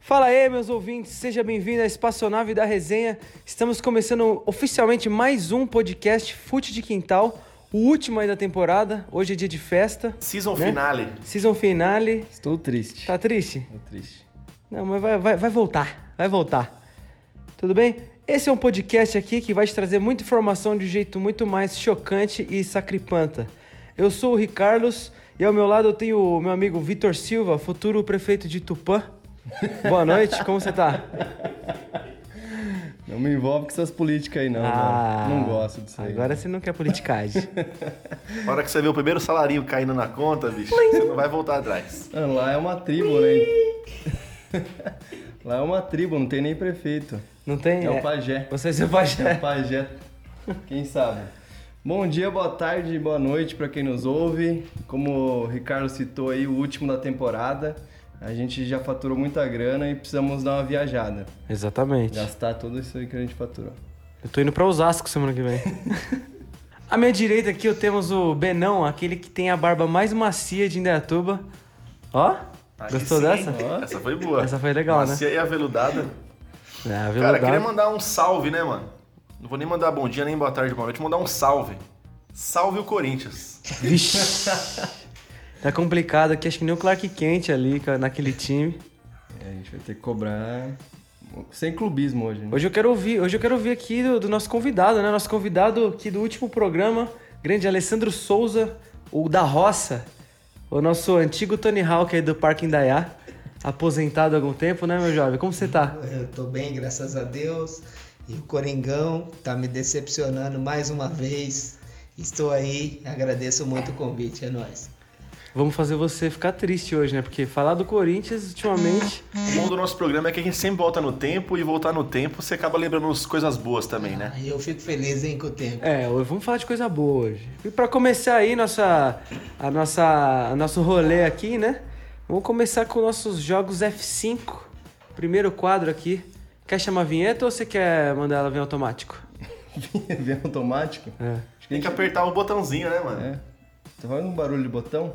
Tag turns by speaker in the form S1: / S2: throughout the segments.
S1: Fala aí, meus ouvintes, seja bem-vindo à Espaçonave da Resenha. Estamos começando oficialmente mais um podcast Fute de Quintal, o último aí da temporada. Hoje é dia de festa,
S2: Season
S1: Né?
S2: finale.
S1: season finale.
S3: Estou triste.
S1: Tá triste?
S3: Estou triste.
S1: Não, mas vai, vai, vai voltar, vai voltar. Tudo bem? Esse é um podcast aqui que vai te trazer muita informação de um jeito muito mais chocante e sacripanta. Eu sou o Ricarlos e ao meu lado eu tenho o meu amigo Vitor Silva, futuro prefeito de Tupã. Boa noite, como você tá?
S3: Não me envolve com essas políticas aí, não.
S1: Ah,
S3: não. não gosto disso aí.
S1: Agora você não quer politicagem.
S2: A hora que você vê o primeiro salário caindo na conta, bicho, você não vai voltar atrás.
S3: Mano, lá é uma tribo, né? lá é uma tribo, não tem nem prefeito.
S1: Não tem?
S3: É o pajé.
S1: Você é o
S3: É o
S1: pajé.
S3: pajé. Quem sabe? Bom dia, boa tarde, boa noite para quem nos ouve. Como o Ricardo citou aí, o último da temporada. A gente já faturou muita grana e precisamos dar uma viajada.
S1: Exatamente.
S3: Gastar tudo isso aí que a gente faturou.
S1: Eu tô indo pra Osasco semana que vem. à minha direita aqui eu temos o Benão, aquele que tem a barba mais macia de Indaiatuba. Ó,
S2: Tá Aí
S1: gostou
S2: sim,
S1: dessa?
S2: hein? Essa foi boa.
S1: Essa foi legal, né?
S2: Macia e aveludada.
S1: É, a
S2: Cara,
S1: Vila
S2: queria
S1: Cara,
S2: mandar um salve, né, mano? Não vou nem mandar bom dia, nem boa tarde, boa noite. Mandar um salve. Salve o Corinthians.
S1: Vixe. Tá complicado aqui, acho que nem o Clark Kent ali, cara, naquele time.
S3: É, a gente vai ter que cobrar sem clubismo hoje, né?
S1: Hoje eu quero ouvir, hoje eu quero ouvir aqui do, do nosso convidado, né? Nosso convidado aqui do último programa, grande Alessandro Souza, o da Roça, o nosso antigo Tony Hawk aí do Parque Indaiá, aposentado há algum tempo, né, meu jovem? Como você tá?
S4: Eu tô bem, graças a Deus. E o Coringão tá me decepcionando mais uma vez. Estou aí, agradeço muito o convite, é nóis.
S1: Vamos fazer você ficar triste hoje, né? Porque falar do Corinthians ultimamente.
S2: O bom do nosso programa é que a gente sempre volta no tempo e voltar no tempo você acaba lembrando as coisas boas também, né?
S4: Aí eu fico feliz, hein, com o tempo.
S1: É, hoje vamos falar de coisa boa hoje. E pra começar aí nossa, a nossa, a nosso rolê aqui, né? Vamos começar com nossos jogos F5. Primeiro quadro aqui. Quer chamar a vinheta ou você quer mandar ela vir automático?
S3: Vem automático.
S1: É.
S3: Acho que a
S2: Tem que
S3: gente...
S2: apertar o botãozinho, né, mano?
S3: É. Tá fazendo um barulho de botão?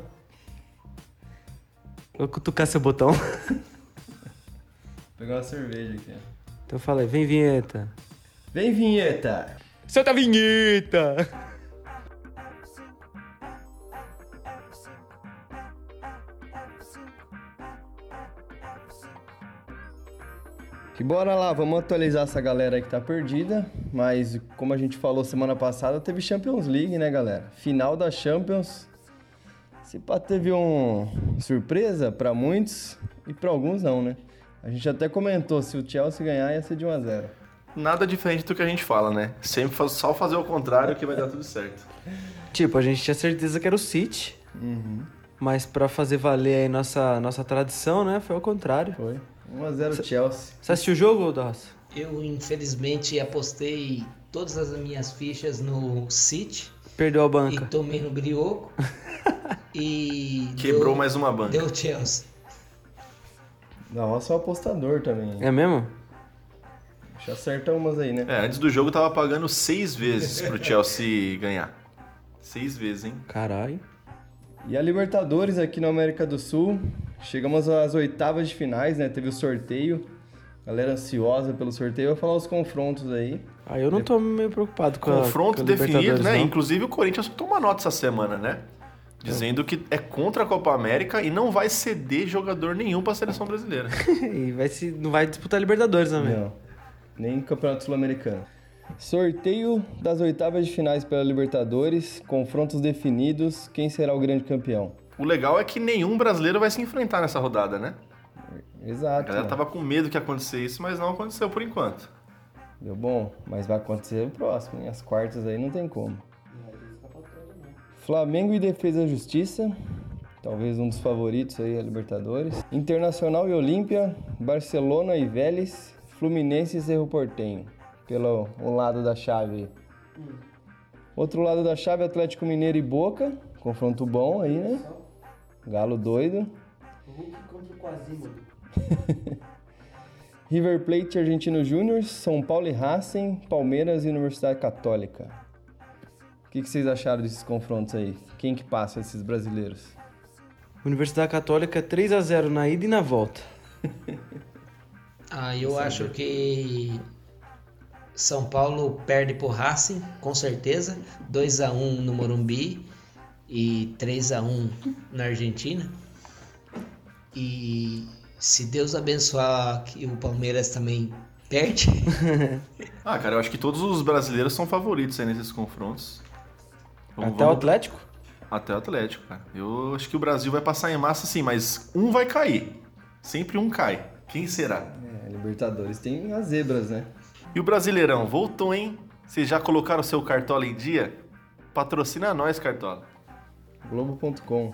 S1: Vou cutucar seu botão.
S3: Vou pegar uma cerveja aqui. ó.
S1: Então fala aí, vem vinheta.
S3: Vem vinheta!
S1: Solta a vinheta!
S3: E bora lá, vamos atualizar essa galera aí que tá perdida. Mas como a gente falou semana passada, teve Champions League, né, galera? Final da Champions. Se pá, teve um surpresa pra muitos e pra alguns não, né? A gente até comentou, se o Chelsea ganhar ia ser de 1 a 0
S2: Nada diferente do que a gente fala, né? Sempre faz- só fazer o contrário que vai dar tudo certo.
S1: Tipo, a gente tinha certeza que era o City. Mas pra fazer valer aí nossa, nossa tradição, né? Foi ao contrário.
S3: Foi. 1 a 0 Chelsea.
S1: Você assistiu o jogo, Doss?
S4: Eu, infelizmente, apostei todas as minhas fichas no City
S1: Perdeu a
S4: e
S1: banca.
S4: tomei no Brioco. e
S2: Quebrou
S4: deu,
S2: mais uma banca.
S4: Deu Chelsea.
S3: Nossa, é um apostador também.
S1: É mesmo?
S3: Deixa acertar umas aí, né?
S2: É, antes do jogo tava pagando seis vezes pro Chelsea ganhar. Seis vezes, hein?
S1: Caralho.
S3: E a Libertadores aqui na América do Sul. Chegamos às oitavas de finais, né? Teve o sorteio. Galera ansiosa pelo sorteio. Eu vou falar os confrontos aí.
S1: Aí eu não tô meio preocupado com a-
S2: Confronto
S1: com a
S2: definido,
S1: Libertadores,
S2: né?
S1: não.
S2: Inclusive o Corinthians toma nota essa semana, né? Dizendo que é contra a Copa América e não vai ceder jogador nenhum pra seleção brasileira.
S1: e vai se, não vai disputar Libertadores também.
S3: Não. Nem Campeonato Sul-Americano. Sorteio das oitavas de finais pela Libertadores. Confrontos definidos. Quem será o grande campeão?
S2: O legal é que nenhum brasileiro vai se enfrentar nessa rodada, né? A
S3: Exato.
S2: galera tá
S3: né?
S2: tava com medo que acontecesse isso, mas não aconteceu por enquanto.
S3: Deu bom, mas vai acontecer o próximo, hein? As quartas aí não tem como. Flamengo e Defesa e Justiça, talvez um dos favoritos aí a Libertadores. Internacional e Olímpia, Barcelona e Vélez, Fluminense e Cerro Portenho, pelo um lado da chave. aí. Outro lado da chave, Atlético Mineiro e Boca, confronto bom aí, né? Galo doido. River Plate, Argentino Júnior, São Paulo e Racing, Palmeiras e Universidade Católica. O que, que vocês acharam desses confrontos aí? Quem que passa esses brasileiros?
S1: é Universidade Católica 3 a 0 na ida e na volta.
S4: Ah, eu acho que São Paulo perde por Racing, com certeza. 2 a 1 no Morumbi e 3 a 1 na Argentina. E se Deus abençoar que o Palmeiras também perde,
S2: Ah, cara, eu acho que todos os brasileiros são favoritos aí nesses confrontos. Vamos-
S1: Até o
S2: vamos-
S1: Atlético?
S2: Até o Atlético, cara. Eu acho que o Brasil vai passar em massa sim, mas um vai cair. Sempre um cai. Quem será?
S3: É, Libertadores tem as zebras, né?
S2: E o Brasileirão voltou, hein? Vocês já colocaram o seu Cartola em dia? Patrocina nós, Cartola.
S3: Globo.com.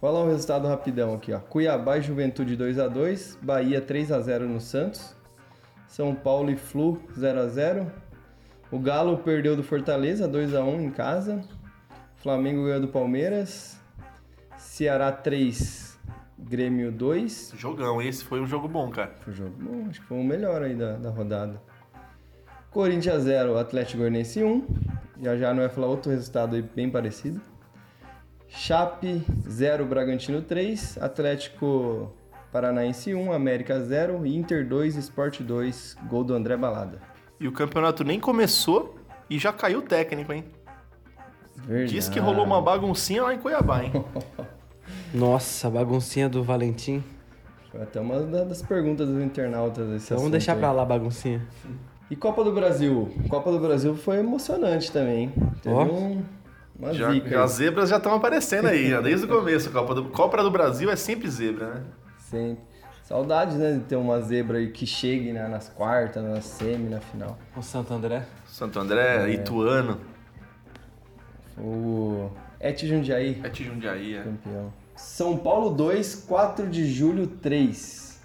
S3: Fala o resultado rapidão aqui, ó. Cuiabá e Juventude 2 a 2, Bahia 3 a 0 no Santos. São Paulo e Flu 0 a 0. O Galo perdeu do Fortaleza 2 a 1 em casa. Flamengo ganhou do Palmeiras. Ceará 3, Grêmio 2.
S2: Jogão, esse foi um jogo bom, cara.
S3: Foi o jogo bom, acho que foi o melhor aí da, da rodada. Corinthians 0, Atlético Goianiense 1. Já já não vai falar outro resultado aí bem parecido. Chape 0, Bragantino 3. Atlético Paranaense 1, América 0. Inter 2, Sport 2. Gol do André Balada.
S2: E o campeonato nem começou e já caiu o técnico, hein?
S3: Verdade.
S2: Diz que rolou uma baguncinha lá em Cuiabá, hein?
S1: Nossa, baguncinha do Valentim.
S3: Foi até uma da- das perguntas dos internautas. Esse
S1: Então vamos deixar
S3: assunto aí.
S1: pra lá a baguncinha.
S3: E Copa do Brasil? Copa do Brasil foi emocionante também. hein? Teve
S1: Ó.
S3: um, uma
S2: Já,
S3: zica.
S2: já
S3: aí.
S2: as zebras já estão aparecendo aí, já desde o começo. Copa do, Copa do Brasil é sempre zebra, né?
S3: Sempre. Saudades, né, de ter uma zebra aí que chegue né, nas quartas, na semi, na final.
S1: O Santo André.
S2: Santo
S3: É.
S2: André, Ituano,
S3: O Et Jundiaí,
S2: É Jundiaí, é.
S3: campeão. São Paulo 2, 4 de julho 3.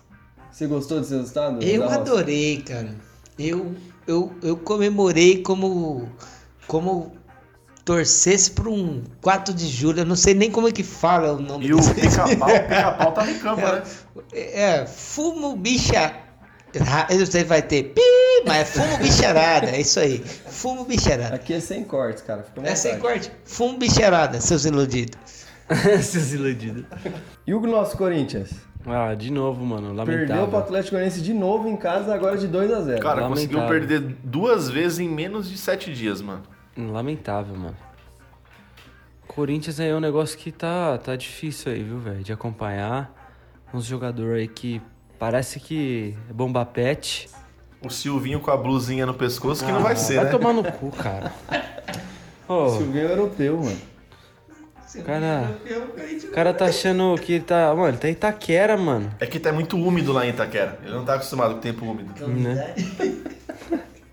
S3: Você gostou desse resultado?
S4: eu
S3: Zarotti?
S4: adorei, cara. Eu, eu, eu comemorei como como torcesse para um 4 de julho. Eu não sei nem como é que fala o nome
S2: E o
S4: desse-
S2: pica-pau, o pica-pau tá em campo, né?
S4: É, fumo bicha. ra- Eu não sei se vai ter pi, mas é fumo bicharada, é isso aí. Fumo bicharada.
S3: Aqui é sem cortes, cara. Fica à
S4: É sem
S3: vontade.
S4: corte. Fumo bicharada, seus iludidos.
S1: Seus iludidos.
S3: E o nosso Corinthians?
S1: Ah, de novo, mano.
S3: Perdeu pro
S1: Lamentável.
S3: Atlético Goianiense de novo em casa, agora de 2 a 0
S2: Cara, conseguiu
S1: É, Lamentável.
S2: perder duas vezes em menos de sete dias, mano.
S1: Lamentável, mano. Corinthians aí é um negócio que tá, tá difícil aí, viu, velho? De acompanhar. Uns jogadores aí que parece que é bomba pet.
S2: O Silvinho com a blusinha no pescoço, que não vai
S1: Ah,
S2: ser,
S1: Vai
S2: né?
S1: tomar no cu, cara. Ô,
S3: Silvinho é europeu, mano.
S1: cara. O cara tá achando que ele tá. Mano, ele tá em Itaquera, mano.
S2: É que tá muito úmido lá em Itaquera. Ele não tá acostumado com tempo úmido.
S1: Né?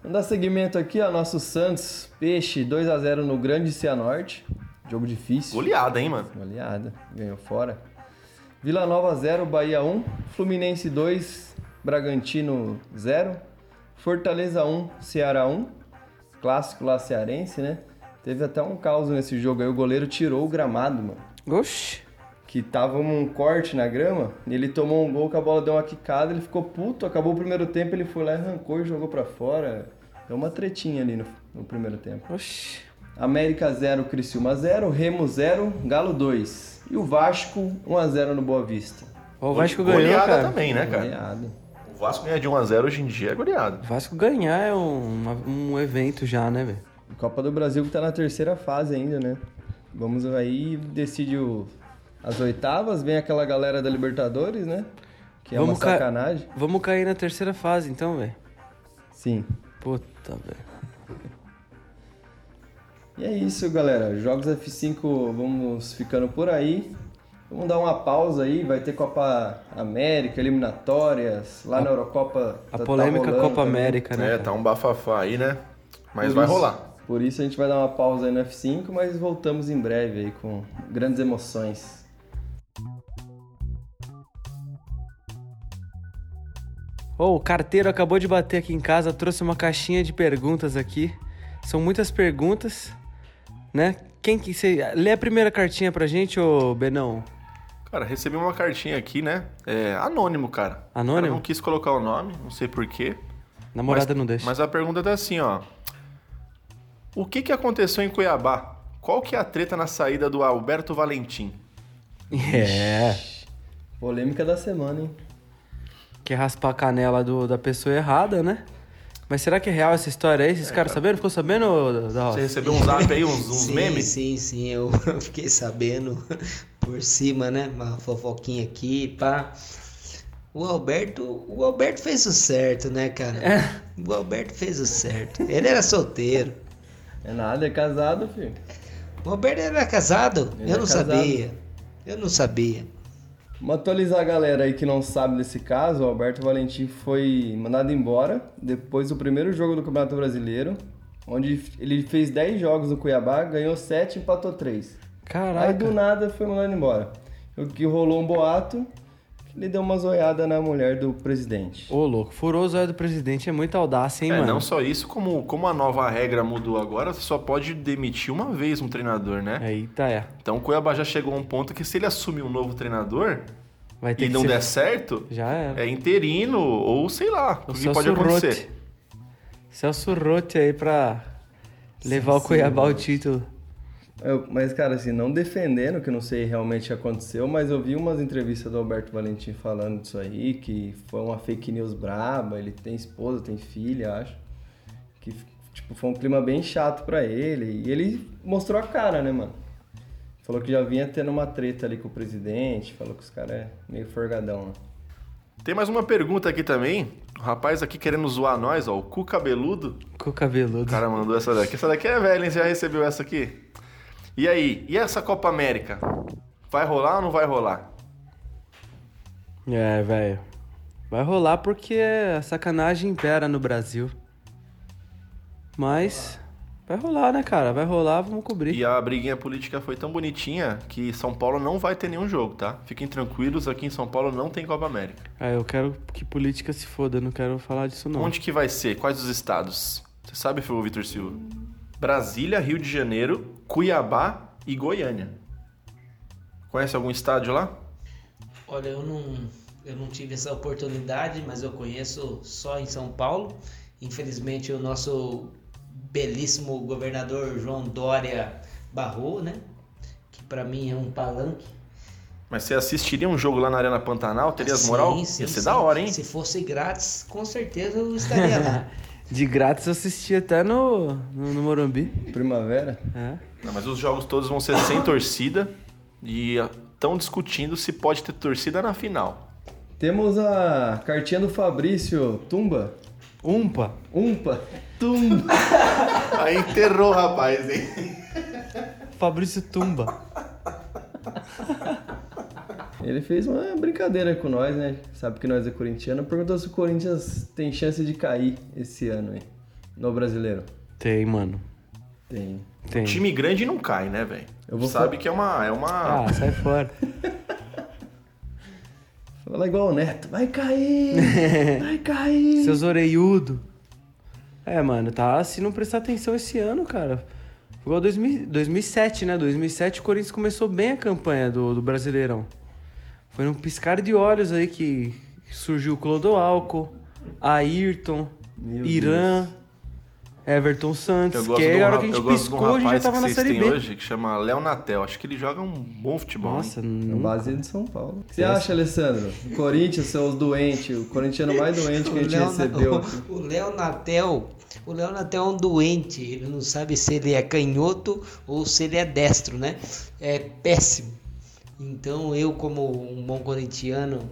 S3: Vamos dar seguimento aqui, ó. Nosso Santos, Peixe, 2 a 0 no Grande Cianorte. Jogo difícil.
S2: Goleada, hein, mano?
S3: Goleada, ganhou fora. Vila Nova 0, Bahia 1, Fluminense 2, Bragantino 0, Fortaleza 1, Ceará 1. Clássico lá cearense, né? Teve até um caos nesse jogo aí, o goleiro tirou o gramado, mano.
S1: Oxi.
S3: Que tava um corte na grama, e ele tomou um gol que a bola deu uma quicada, ele ficou puto, acabou o primeiro tempo, ele foi lá e arrancou e jogou pra fora. Deu uma tretinha ali no, no primeiro tempo.
S1: Oxi.
S3: América 0, Criciúma 0, Remo 0, Galo 2. E o Vasco 1 a 0 no Boa Vista.
S1: Ó, o Vasco
S2: Goleada
S1: ganhou, É, cara.
S2: também, né, cara?
S3: Ganhado.
S2: O Vasco ganha de 1x0 hoje em dia é goleado.
S1: O Vasco ganhar é um, uma- um evento já, né, velho?
S3: Copa do Brasil que tá na terceira fase ainda, né? Vamos aí, decide o- as oitavas, vem aquela galera da Libertadores, né? Que é
S1: Vamos
S3: uma
S1: ca-
S3: sacanagem.
S1: Vamos cair na terceira fase, então, velho.
S3: Sim.
S1: Puta, velho.
S3: E é isso, galera. Jogos F5 vamos ficando por aí. Vamos dar uma pausa aí, vai ter Copa América, eliminatórias, lá na Eurocopa.
S1: A
S3: tá- tá
S1: polêmica
S3: rolando
S1: Copa
S3: também.
S1: América, né?
S2: É, tá um bafafá aí, né? Mas
S3: Por
S2: vai
S3: isso-
S2: rolar.
S3: Por isso a gente vai dar uma pausa aí no F5, mas voltamos em breve aí com grandes emoções.
S1: Ô, o carteiro acabou de bater aqui em casa, trouxe uma caixinha de perguntas aqui. São muitas perguntas, né? Quem que você. Lê a primeira cartinha pra gente, ô Benão.
S2: Cara, recebi uma cartinha aqui, né? É anônimo, cara.
S1: Anônimo?
S2: O cara não quis colocar o nome, não sei porquê.
S1: Namorada não deixa.
S2: Mas a pergunta tá assim, ó. O que que aconteceu em Cuiabá? Qual que é a treta na saída do Alberto Valentim?
S1: É.
S3: Polêmica da semana, hein?
S1: Que é raspar a canela do- da pessoa errada, né? Mas será que é real essa história aí? Esses caras sabendo? Ficou sabendo, da
S2: Você recebeu um zap aí, uns, uns
S4: sim,
S2: memes?
S4: Sim, sim, eu fiquei sabendo por cima, né? Uma fofoquinha aqui, pá. O Alberto, o Alberto fez o certo, né, cara? O Alberto fez o certo. Ele era solteiro.
S3: É nada, é casado, filho.
S4: O Alberto era casado?
S3: Ele
S4: eu
S3: é
S4: não
S3: casado.
S4: sabia. Eu não sabia.
S3: Vamos atualizar a galera aí que não sabe desse caso. O Alberto Valentim foi mandado embora depois do primeiro jogo do Campeonato Brasileiro, onde ele fez 10 jogos no Cuiabá, ganhou 7 e empatou 3. Aí do
S1: Caraca.
S3: nada foi mandado embora. O que rolou um boato, que ele deu uma zoiada na mulher do presidente.
S1: Ô, louco, furou o zóio do presidente, é muita audácia, hein,
S2: É,
S1: mano?
S2: não só isso, como, como a nova regra mudou agora, você só pode demitir uma vez um treinador, né?
S1: Eita, é.
S2: Então o Cuiabá já chegou a um ponto que se ele assumir um novo treinador
S1: Vai ter
S2: e
S1: É, que
S2: não
S1: ser-
S2: der certo,
S1: Já era.
S2: é interino ou sei lá,
S1: O
S2: o que
S1: Celso
S2: pode acontecer.
S1: Rotti. Celso Rotti aí pra levar o Cuiabá ao título.
S3: Eu- mas, cara, assim, não defendendo, que eu não sei realmente o que aconteceu, mas eu vi umas entrevistas do Alberto Valentim falando disso aí, que foi uma fake news braba, ele tem esposa, tem filha, acho. Que, tipo, foi um clima bem chato pra ele. E ele mostrou a cara, né, mano? Falou que já vinha tendo uma treta ali com o presidente, falou que os caras é meio forgadão, né?
S2: Tem mais uma pergunta aqui também. O rapaz aqui querendo zoar nós, ó, o cu cabeludo.
S1: Com o cabeludo.
S2: O cara mandou essa daqui. Essa daqui é velha, hein? Você já recebeu essa aqui? E aí, e essa Copa América? Vai rolar ou não vai rolar?
S1: É, velho. Vai rolar porque a sacanagem impera no Brasil. Mas vai rolar, né, cara? Vai rolar, vamos cobrir.
S2: E a briguinha política foi tão bonitinha que São Paulo não vai ter nenhum jogo, tá? Fiquem tranquilos, aqui em São Paulo não tem Copa América.
S1: Ah, eu quero que política se foda, não quero falar disso não.
S2: Onde que vai ser? Quais os estados? Você sabe, foi o Vitor Silva? Brasília, Rio de Janeiro, Cuiabá e Goiânia. Conhece algum estádio lá?
S4: Olha, eu não, eu não tive essa oportunidade, mas eu conheço só em São Paulo. Infelizmente, o nosso belíssimo governador João Dória barrou, né? Que para mim é um palanque.
S2: Mas você assistiria um jogo lá na Arena Pantanal? Teria as
S4: Sim,
S2: moral?
S4: sim,
S2: Ia ser
S4: sim.
S2: da hora, hein?
S4: Se fosse grátis, com certeza eu estaria lá.
S1: De grátis eu assisti até no, no, no Morumbi.
S3: Primavera?
S1: É.
S2: Não, mas os jogos todos vão ser sem torcida e estão discutindo se pode ter torcida na final.
S3: Temos a cartinha do Fabrício Tumba.
S1: Umpa.
S3: Umpa! Tumba!
S2: Aí enterrou, rapaz, hein?
S1: Fabrício Tumba.
S3: Ele fez uma brincadeira com nós, né? Sabe que nós é corintiano. Perguntou se o Corinthians tem chance de cair esse ano aí, no brasileiro.
S1: Tem, mano.
S3: Tem.
S1: Tem.
S2: Time grande não cai, né, velho?
S3: Eu vou
S2: Sabe que é uma. É uma...
S1: Ah, sai fora.
S3: Fala igual o Neto, vai cair! vai cair!
S1: Seus oreiudo. É, mano, tá se não prestar atenção esse ano, cara. Foi Igual 2000 2007, né? 2007 o Corinthians começou bem a campanha do, do Brasileirão. Foi num piscar de olhos aí que surgiu o Clodoalco, Ayrton,
S3: Meu
S1: Irã, Everton Santos. Que aí
S2: de um
S1: a hora
S2: ra-
S1: que a
S2: eu
S1: gente
S2: gosto de um
S1: piscou, a gente já
S2: rapaz
S1: tava
S2: que
S1: na
S2: vocês
S1: Série
S2: têm
S1: B.
S2: hoje que chama Léo Natel. Acho que ele joga um bom futebol.
S1: Nossa,
S2: hein?
S3: Na
S1: não...
S3: base de São Paulo. O que você acha, Alessandro? O Corinthians são os doentes, o corintiano mais doente que a gente recebeu. aqui.
S4: o Léo Natel, o Léo Natel é um doente, ele não sabe se ele é canhoto ou se ele é destro, né? É péssimo. Então eu, como um bom corintiano,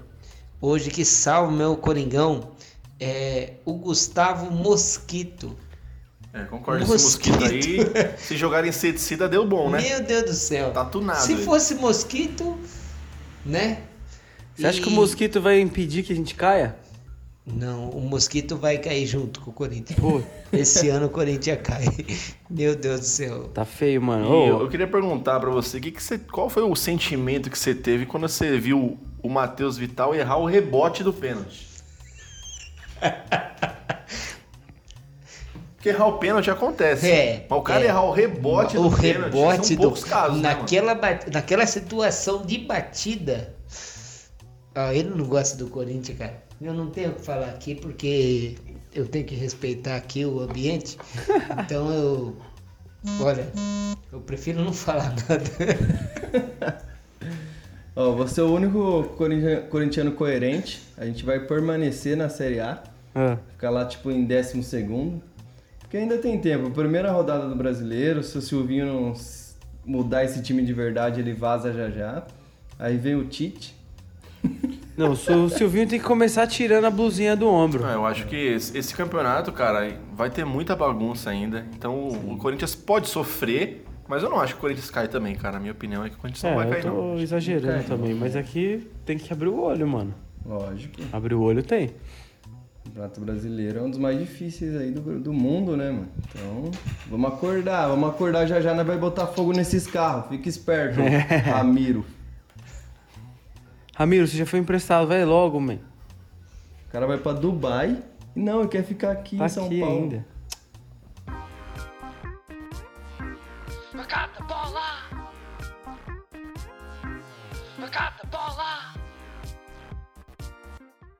S4: hoje que salvo meu coringão é o Gustavo Mosquito.
S2: É, concordo. Esse mosquito aí, se jogarem inseticida, deu bom, né?
S4: Meu Deus do céu.
S2: Tá tunado.
S4: se
S2: ele.
S4: fosse mosquito, né?
S1: Você acha que o
S4: E-
S1: Mosquito vai impedir que a gente caia?
S4: Não, o mosquito vai cair junto com o Corinthians.
S1: Pô,
S4: Esse ano o Corinthians cai. Meu Deus do céu.
S1: tá feio,
S2: E
S1: mano. Ô,
S2: eu, eu queria perguntar pra você, que que você, qual foi o sentimento que você teve quando você viu o Matheus Vital errar o rebote do pênalti? Porque errar o pênalti acontece.
S4: É,
S2: Mas o cara
S4: é.
S2: errar o rebote
S4: o
S2: do pênalti,
S4: rebote
S2: são
S4: do
S2: poucos casos, né, mano?
S4: naquela bat- naquela situação de batida. Ah, ele não gosta do Corinthians, cara. Eu não tenho o que falar aqui porque eu tenho que respeitar aqui o ambiente. Então eu olha, eu prefiro não falar nada.
S3: Ó, você é o único corintia- corintiano coerente. A gente vai permanecer na Série A.
S1: Ah,
S3: Ficar lá, tipo, em décimo segundo. Porque ainda tem tempo. Primeira rodada do Brasileiro. Se o Silvinho não s- mudar esse time de verdade, ele vaza já já. Aí vem o Tite.
S1: Não, o Sil- o Silvinho tem que começar tirando a blusinha do ombro.
S2: Ah, eu acho que esse esse campeonato, cara, vai ter muita bagunça ainda. Então o- o Corinthians pode sofrer, mas eu não acho que o Corinthians cai também, cara. A minha opinião é que o Corinthians não vai
S1: É, eu
S2: cair, não.
S1: tô exagerando
S3: Não cai,
S1: também, mas aqui tem que abrir o olho, mano.
S3: Lógico.
S1: Abrir o olho tem.
S3: O Campeonato Brasileiro é um dos mais difíceis aí do, do mundo, né, mano? Então, vamos acordar. Vamos acordar já já. Nós vai botar fogo nesses carros. Fica esperto,
S1: É.
S3: Ramiro.
S1: Ramiro, você já foi emprestado, vai logo, man.
S3: O cara vai pra Dubai. e Não, ele quer ficar aqui
S1: Tá
S3: em São
S1: aqui
S3: Paulo.
S1: ainda.
S5: Bacata bola! Bacata bola!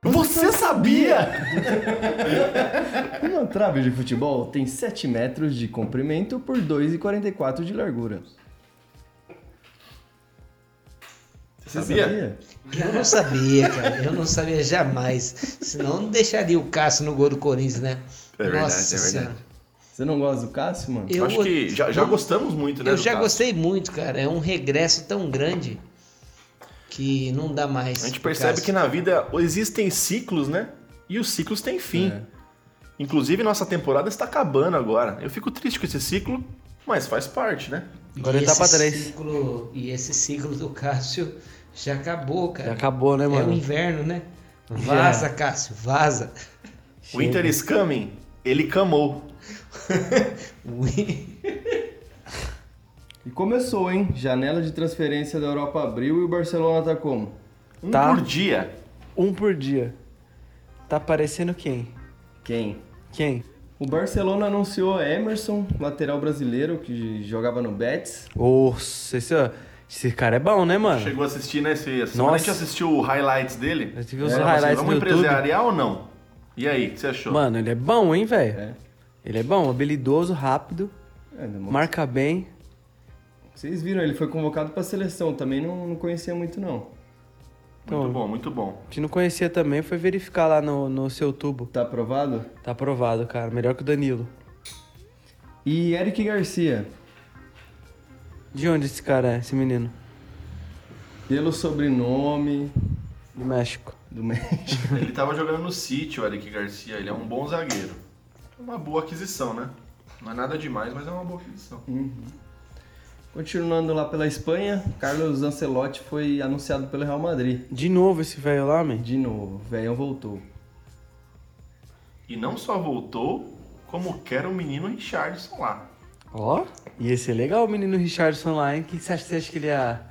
S2: Você sabia?
S3: Uma trave de futebol tem 7 metros de comprimento por 2,44 de largura.
S2: Você sabia?
S4: Eu não sabia, cara. Eu não sabia jamais. Senão não deixaria o Cássio no gol do Corinthians, né?
S2: É verdade,
S4: Nossa
S2: é verdade.
S4: Senhora.
S3: Você não gosta do Cássio, mano?
S4: Eu-
S2: acho que já, já gostamos muito, né?
S4: Eu
S2: do
S4: já
S2: Cássio.
S4: gostei muito, cara. É um regresso tão grande que não dá mais.
S2: A gente
S4: pro
S2: percebe
S4: Cássio.
S2: que na vida existem ciclos, né? E os ciclos têm fim.
S3: É.
S2: Inclusive, nossa temporada está acabando agora. Eu fico triste com esse ciclo, mas faz parte, né?
S1: Agora
S4: E
S1: ele tá
S4: esse
S1: pra três.
S4: ciclo- e esse ciclo do Cássio já acabou, cara.
S1: Já acabou, né,
S4: É o
S1: mano?
S4: inverno, né?
S1: Já.
S4: Vaza, Cássio, vaza.
S2: O Inter is coming, ele camou.
S4: Ui.
S3: E começou, hein? Janela de transferência da Europa abriu e o Barcelona tá como?
S2: Um
S1: Tá.
S2: por dia.
S1: Um por dia. Tá parecendo quem?
S3: Quem?
S1: Quem?
S3: O Barcelona anunciou Emerson, lateral brasileiro que jogava no Betis.
S1: Nossa, esse, ó, esse cara é bom, né, mano?
S2: Chegou a assistir, né? Esse, essa semana
S1: Nossa.
S2: a gente assistiu o highlights dele.
S1: Eu tive os
S2: Era,
S1: highlights
S2: assim,
S1: no
S2: Vamos
S1: YouTube.
S2: empresariar ou não? E aí, o que você achou?
S1: Mano, ele é bom, hein, velho?
S3: É.
S1: Ele é bom, habilidoso, rápido,
S3: É, demorou.
S1: marca bem.
S3: Vocês viram, ele foi convocado pra seleção, também não, não conhecia muito não.
S2: muito bom, muito bom.
S1: A gente não conhecia também, foi verificar lá no, no seu tubo.
S3: Tá aprovado?
S1: Tá aprovado, cara. Melhor que o Danilo.
S3: E Eric Garcia,
S1: De onde esse cara é, esse menino?
S3: pelo sobrenome
S1: Do México.
S3: do México.
S2: Ele tava jogando no City, o Eric Garcia. Ele é um bom zagueiro. Uma boa aquisição, né? Não é nada demais, mas é uma boa aquisição.
S3: Continuando lá pela Espanha, Carlos Ancelotti foi anunciado pelo Real Madrid.
S1: De novo esse velho lá, man.
S3: De novo, o velhão voltou.
S2: E não só voltou, como quer o menino Richardson lá.
S1: Ó, ia ser é legal o menino Richardson lá, hein? O que você acha, você acha que ele ia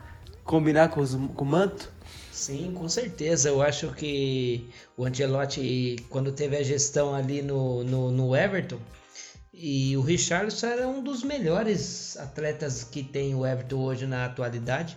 S1: combinar com, os- com o manto?
S4: Sim, com certeza. Eu acho que o Angelotti, quando teve a gestão ali no, no, no Everton, e o Richarlison era um dos melhores atletas que tem o Everton hoje na atualidade.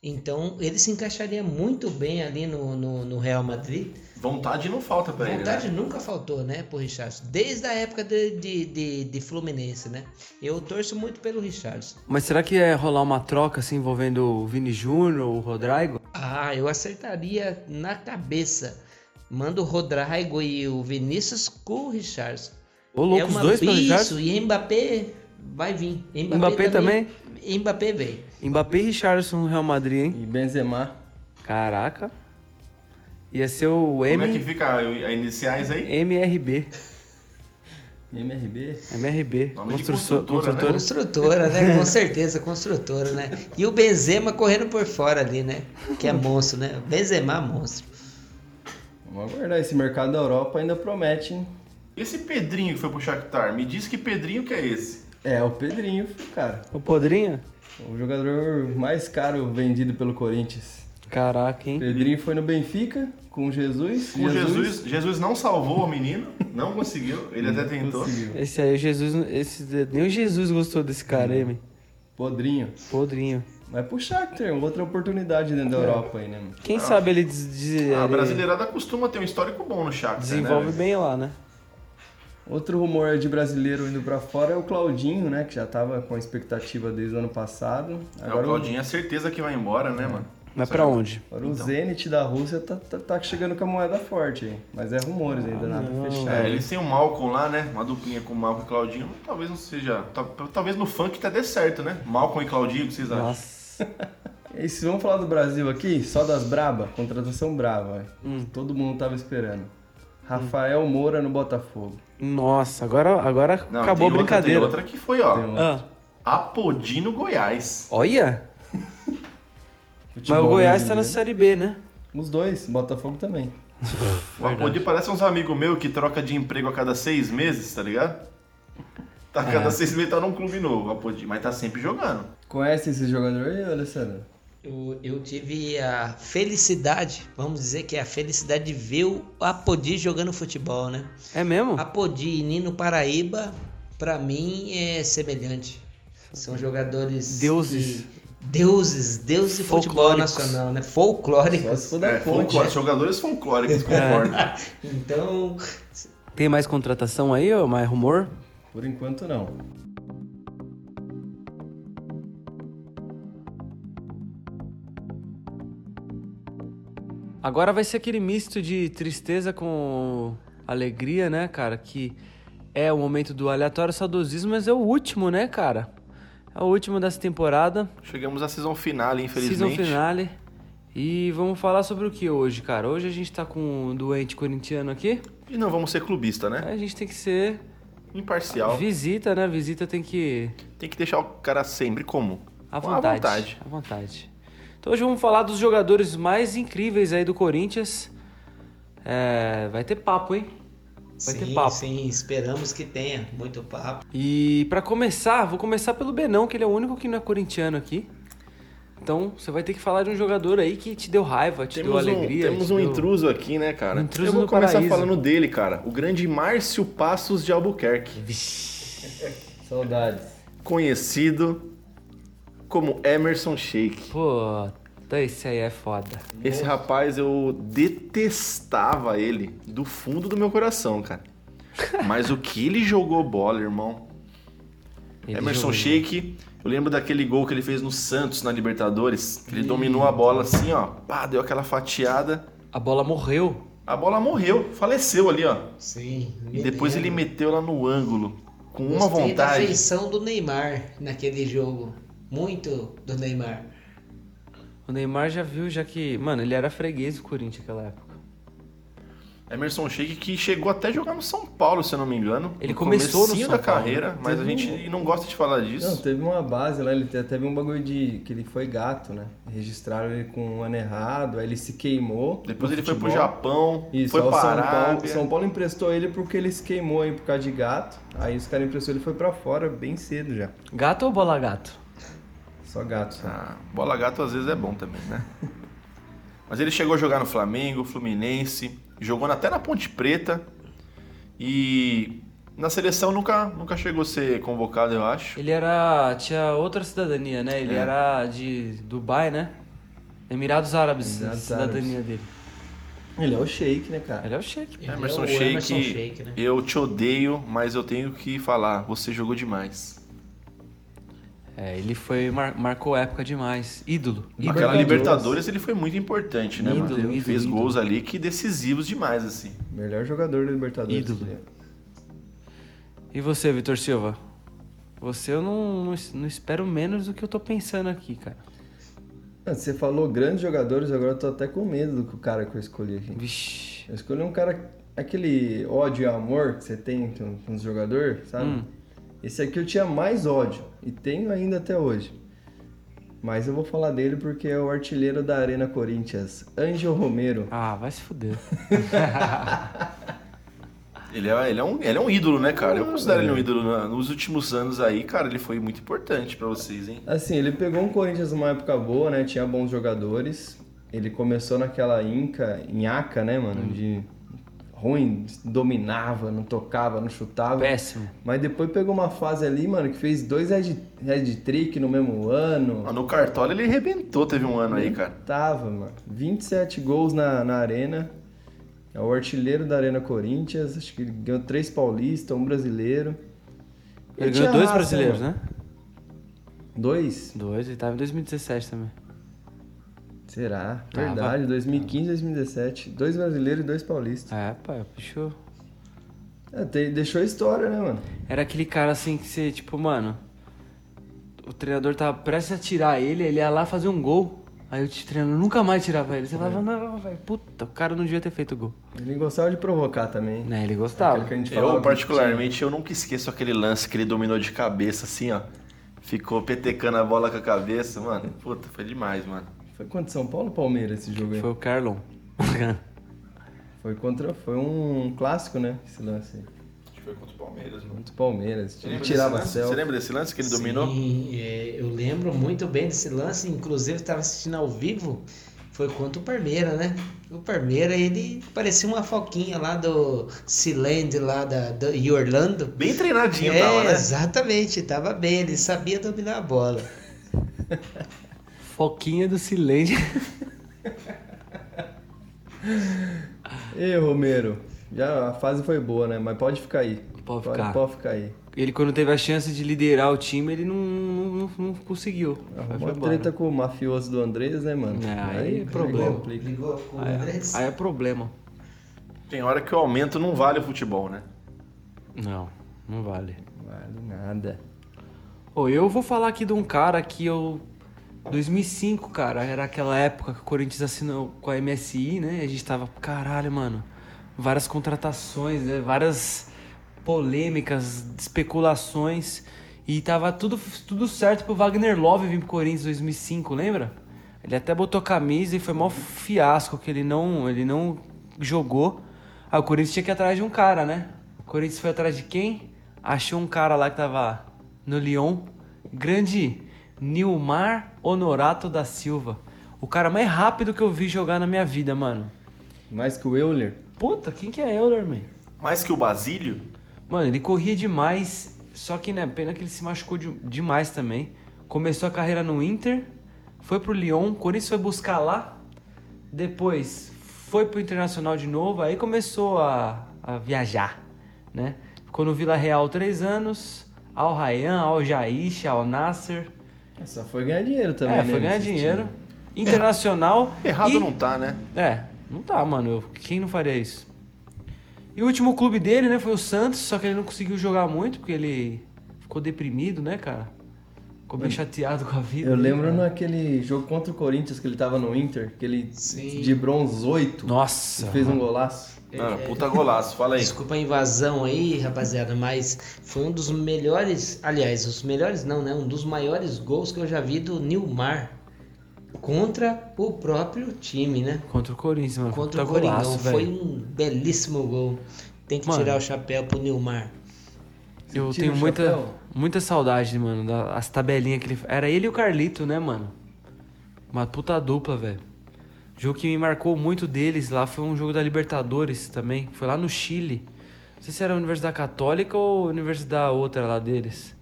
S4: Então ele se encaixaria muito bem ali no, no, no Real Madrid.
S2: Vontade não falta pra ele.
S4: Vontade
S2: né?
S4: nunca faltou, né, pro Richarlison. Desde a época de, de, de, de Fluminense, né? Eu torço muito pelo Richarlison.
S1: Mas será que ia rolar uma troca assim envolvendo o Vini Júnior ou o Rodrigo?
S4: Ah, eu acertaria na cabeça. Manda o Rodrigo e o Vinícius com o Richardson.
S1: Ô, louco, os dois pelo
S4: Isso,
S1: Richardson?
S4: e Mbappé vai vir. Mbappé,
S1: Mbappé também?
S4: Mbappé vem.
S1: Mbappé e Richardson no Real Madrid, hein?
S3: E Benzema,
S1: Caraca. Ia ser o
S2: Como é
S1: M...
S2: que fica a iniciais aí?
S1: MRB.
S3: MRB.
S1: MRB.
S2: Nome de
S1: Construção-
S2: construtora,
S1: construtora.
S2: né?
S4: Construtora, né? Com certeza, construtora, né? E o Benzema correndo por fora ali, né? Que é monstro, né? Benzema é monstro.
S3: Vamos aguardar, esse mercado da Europa ainda promete, hein?
S2: Esse Pedrinho que foi pro Shakhtar, me diz que Pedrinho que é esse?
S3: É, o Pedrinho, cara.
S1: Ô, Podrinha?
S3: O jogador mais caro vendido pelo Corinthians.
S1: Caraca, hein?
S3: Pedrinho foi no Benfica com Jesus.
S2: O Jesus, Jesus não salvou o menino, não conseguiu, ele até tentou.
S3: conseguiu.
S1: Esse aí, o Jesus... Esse... Nem o Jesus gostou desse cara, hein, man?
S3: Podrinho.
S1: Podrinho.
S3: Vai pro Shakhtar, outra oportunidade dentro da Europa aí, né? mano?
S1: Quem sabe ele... Des... des-
S2: A
S1: ele
S2: Ah, brasileirada costuma ter um histórico bom no Shakhtar,
S1: Desenvolve
S2: né? velho?
S1: bem lá, né?
S3: Outro rumor de brasileiro indo pra fora é o Claudinho, né? Que já tava com a expectativa desde o ano passado.
S2: É, o Claudinho é certeza que vai embora, né, mano?
S1: Mas pra onde?
S3: Agora o
S2: então.
S3: Zenit da Rússia tá, tá, tá chegando com a moeda forte aí. Mas é rumores
S1: Ah,
S3: ainda, nada fechado.
S2: É, eles têm o Malcolm lá, né? Uma duplinha com o Malcolm e Claudinho. Talvez não seja. tal- Talvez no funk até dê certo, né? Malcolm e Claudinho, o que vocês acham?
S1: Nossa.
S3: E se vamos falar do Brasil aqui, só das braba, contratação braba.
S1: Hum.
S3: Todo mundo tava esperando. Rafael Moura no Botafogo.
S1: Nossa, agora, agora
S2: Não,
S1: acabou a
S2: tem outra-
S1: brincadeira.
S2: tem um- outra que foi, ó.
S3: Tem outra.
S1: Ah,
S2: Apodino Goiás.
S1: olha!
S3: Futebol
S1: Mas o Goiás tá na
S3: brasileiro.
S1: Série B, né?
S3: Os dois, Botafogo também.
S2: O Apodi parece uns amigos meus que troca de emprego a cada seis meses, tá ligado? Tá, a cada seis meses tá num clube novo, o Apodi, mas tá sempre jogando.
S3: Conhece esse jogador aí, Alessandro?
S4: Eu, eu tive a felicidade, vamos dizer que é a felicidade de ver o Apodi jogando futebol, né?
S1: É mesmo?
S4: Apodi e Nino Paraíba, pra mim, é semelhante. São jogadores.
S1: Deuses.
S4: que- deuses, deuses de futebol
S1: Folclóricos.
S4: nacional, né? Folclóricos.
S3: Só se for da
S2: É,
S3: ponte.
S1: né?
S2: folclore, jogadores
S1: É.
S2: folclóricos, concordo.
S4: Então,
S1: Tem mais contratação aí, ou mais rumor?
S3: Por enquanto não.
S1: Agora vai ser aquele misto de tristeza com alegria, né, cara? Que é o momento do aleatório saudosismo, mas é o último, né, cara? É o último dessa temporada,
S2: Chegamos à season finale,
S1: season
S2: infelizmente.
S1: finale. E vamos falar sobre o que hoje, cara? Hoje a gente tá com um doente corintiano aqui.
S2: E não vamos ser clubista, né?
S1: A gente tem que ser É.
S2: Imparcial.
S1: visita, né? Visita tem que
S2: Tem que deixar o cara sempre comum.
S1: À
S2: Com
S1: vontade. À vontade.
S2: vontade.
S1: Então hoje vamos falar dos jogadores mais incríveis aí do Corinthians. É, vai ter papo, hein? Vai ter
S4: sim,
S1: papo.
S4: sim, esperamos que tenha muito papo.
S1: E pra começar, vou começar pelo Benão, que ele é o único que não é corintiano aqui. Então você vai ter que falar de um jogador aí que te deu raiva, te deu alegria.
S2: um, temos
S1: te
S2: um
S1: deu-
S2: intruso aqui, né, cara?
S1: Intruso
S2: Eu vou
S1: no
S2: começar
S1: paraíso.
S2: falando dele, cara. O grande Márcio Passos de Albuquerque.
S3: Saudades.
S2: Conhecido como Emerson Shake.
S1: Pô, tá, esse aí é foda.
S2: Esse rapaz, eu detestava ele do fundo do meu coração, cara. Mas o que ele jogou bola, irmão?
S3: É,
S1: Ele
S2: Emerson
S1: jogou-
S2: Sheik, eu lembro daquele gol que ele fez no Santos, na Libertadores. que Ele dominou a bola assim, ó. Pá, deu aquela fatiada.
S1: A bola morreu.
S2: A bola morreu, faleceu ali, ó.
S4: Sim.
S2: E depois ele
S4: me
S2: meteu lá no ângulo, com uma
S4: é. Gostei da
S2: vontade.
S4: feição do Neymar naquele jogo. Muito do Neymar.
S1: O Neymar já viu, já que. Mano, ele era freguês do Corinthians naquela época.
S2: Emerson Sheik que chegou até a jogar no São Paulo, se eu não me engano.
S1: Ele
S2: No
S1: começou no
S2: comecinho
S1: São
S2: da
S1: Paulo.
S2: carreira, mas a
S3: Teve
S2: gente não gosta de falar
S3: Não,
S2: disso.
S3: teve uma base lá, ele te- teve um bagulho de que ele foi gato, né? Registraram ele com um ano errado, aí ele se queimou.
S2: Depois
S3: no
S2: ele foi pro
S3: futebol.
S2: Japão,
S3: Isso,
S2: foi
S3: aí o
S2: para a
S3: São Paulo,
S2: Arábia.
S3: São Paulo emprestou ele porque ele se queimou aí por causa de gato. Aí os caras emprestou ele foi pra fora bem cedo já.
S1: Gato ou bola gato?
S3: Só gato, só.
S2: Ah, bola gato às vezes é bom também, né? Mas ele chegou a jogar no Flamengo, Fluminense, jogou até na Ponte Preta. E na seleção nunca, nunca chegou a ser convocado, eu acho.
S1: Ele era. tinha outra cidadania, né? Ele
S2: É.
S1: era de Dubai, né? Emirados Árabes,
S3: Emirados
S1: a cidadania dele.
S3: Ele é o shake, né, cara?
S1: Ele é o Sheik.
S4: Ele
S2: Emerson,
S4: é o
S2: Sheik,
S4: Emerson Sheik, né?
S2: eu te odeio, mas eu tenho que falar, você jogou demais.
S1: É, ele foi. mar- marcou época demais. Ídolo. ídolo.
S2: Aquela
S3: Libertadores.
S2: Libertadores ele foi muito importante, né, mano?
S1: Ídolo, ídolo,
S2: Fez
S1: ídolo.
S2: gols ali que decisivos demais, assim.
S3: Melhor jogador do Libertadores.
S1: Ídolo.
S3: que ele é.
S1: E você, Vitor Silva? Você eu não, não, es- não espero menos do que eu tô pensando aqui, cara.
S3: Ah, Você falou grandes jogadores, agora eu tô até com medo do que o cara que eu escolhi aqui.
S1: Vixe.
S3: Eu escolhi um cara, aquele ódio e amor que você tem com com os jogadores, sabe? Esse aqui eu tinha mais ódio e tenho ainda até hoje. Mas eu vou falar dele porque é o artilheiro da Arena Corinthians, Ângel Romero.
S1: Ah, vai se fuder.
S3: Tá
S2: Ele é, ele, é um, ele é um ídolo, né, cara?
S3: Ah,
S2: Eu considero
S3: é.
S2: ele um ídolo. né? Nos últimos anos aí, cara, ele foi muito importante pra vocês, hein?
S3: Assim, ele pegou um Corinthians numa época boa, né? Tinha bons jogadores. Ele começou naquela Inca, Inhaca, né, mano? De ruim, dominava, não tocava, não chutava.
S1: Péssimo.
S3: Mas depois pegou uma fase ali, mano, que fez dois head, head trick no mesmo ano.
S2: Ah, No Cartola ele arrebentou, teve um ano aí, cara.
S3: Tava, mano. 27 gols na, na arena. É o artilheiro da Arena Corinthians. Acho que ele ganhou três paulistas, um brasileiro.
S1: Ele
S3: tinha
S1: ganhou dois né?
S3: raça, né?
S1: brasileiros,
S3: mano.
S1: né?
S3: Dois?
S1: Dois, ele tava em 2017 também.
S3: Será?
S1: Ah,
S3: Verdade, 2015 2017. Dois brasileiros e dois paulistas.
S1: É, pai, o bicho.
S3: É, tem- deixou história, né, mano?
S1: Era aquele cara assim que você, tipo, mano. O treinador tava prestes a tirar ele, ele ia lá fazer um gol. Aí o treinador nunca mais tirava ele. Você
S3: É.
S1: falava, não, velho, puta, o cara não devia ter feito gol.
S3: Ele gostava de provocar também.
S1: Né, ele gostava.
S3: É. Aquele que a gente falava
S2: Eu,
S3: que
S2: particularmente, eu nunca esqueço aquele lance que ele dominou de cabeça, assim, ó. Ficou petecando a bola com a cabeça, mano. Puta, foi demais, mano.
S3: tinha- Foi contra São Paulo ou Palmeiras esse jogo aí?
S1: Foi o Carlon.
S3: Foi contra. Foi um clássico, né? Esse lance aí.
S2: Acho que foi contra o Palmeiras, mano.
S3: Contra o Palmeiras.
S2: Você
S3: Ele
S2: lembra,
S3: tirava
S2: desse lance?
S3: céu.
S2: Você lembra desse lance que ele dominou?
S4: Sim, é, eu lembro muito bem desse lance, inclusive estava assistindo ao vivo, foi contra o Parmeira, né? O Parmeira, ele parecia uma foquinha lá do Sealand, lá da, da, em Orlando.
S2: Bem treinadinho,
S4: é,
S2: tava, né?
S4: exatamente, tava bem, ele sabia dominar a bola.
S1: Foquinha do silêncio.
S3: Ei, Romero. Já a fase foi boa, né? Mas pode ficar aí.
S1: Pode ficar.
S3: Pode ficar aí.
S1: Ele, quando teve a chance de liderar o time, ele não, não, não- não conseguiu. Aí
S3: Arrumou
S1: foi
S3: a
S1: embora.
S3: treta com o mafioso do Andrés, né, mano?
S1: É, aí é problema.
S3: complica.
S4: Ligou com o
S1: Aí,
S4: Andrés?
S1: aí é problema.
S3: É.
S2: Tem hora que o aumento não vale o futebol, né?
S1: Não, não vale.
S3: Vale nada.
S1: Ô, eu vou falar aqui de um cara que eu. 2005, cara, era aquela época que o Corinthians assinou com a MSI, né? A gente tava, caralho, mano, várias contratações, né? várias polêmicas, especulações. E tava tudo, tudo certo pro Wagner Love vir pro Corinthians em 2005, lembra? Ele até botou camisa e foi mó fiasco que ele não, ele não jogou. Aí Ah, o Corinthians tinha que ir atrás de um cara, né? O Corinthians foi atrás de quem? Achou um cara lá que tava no Lyon, grande Nilmar Honorato da Silva. O cara mais rápido que eu vi jogar na minha vida, mano.
S3: Mais que o Euler.
S1: Puta, quem que é Euler, man?
S2: Mais que o Basílio,
S1: Mano, ele corria demais, só que, né, pena que ele se machucou de- demais também. Começou a carreira no Inter, foi pro Lyon, o Corinthians foi buscar lá, depois foi pro Internacional de novo, aí começou a, a viajar, né? Ficou no Vila Real três anos, ao Rayan, ao Jaixa, ao Nasser.
S3: Só foi ganhar dinheiro também,
S1: é,
S3: né?
S1: foi ganhar
S3: nesse
S1: dinheiro. Internacional.
S2: errado
S1: e-
S2: não tá, né?
S1: é, não tá, mano. Eu- Quem não faria isso? E o último clube dele, né, foi o Santos, só que ele não conseguiu jogar muito, porque ele ficou deprimido, né, cara? Ficou bem chateado com a vida.
S3: Hum. Eu
S1: né,
S3: lembro
S1: cara?
S3: naquele jogo contra o Corinthians que ele tava no Inter, que ele
S4: Sim.
S3: driblou uns oito e
S1: Nossa!
S3: fez um golaço.
S2: Mano, Ah, puta golaço, fala aí.
S4: Desculpa a invasão aí, rapaziada, mas foi um dos melhores, aliás, os melhores não, né? Um dos maiores gols que eu já vi do Nilmar contra o próprio time, né?
S1: Contra o Corinthians, mano.
S4: Contra o
S1: Puta golaço,
S4: Coringão. Foi
S1: velho.
S4: um belíssimo gol. Tem que
S1: Mano.
S4: tirar o chapéu pro Nilmar.
S1: Eu
S3: Tira
S1: tenho
S3: o
S1: muita,
S3: chapéu.
S1: muita saudade, mano, das tabelinhas que ele. Era ele e o Carlito, né, mano? Uma puta dupla, velho. O jogo que me marcou muito deles lá foi um jogo da Libertadores também. Foi lá no Chile. Não sei se era a Universidade Católica ou a Universidade outra lá deles.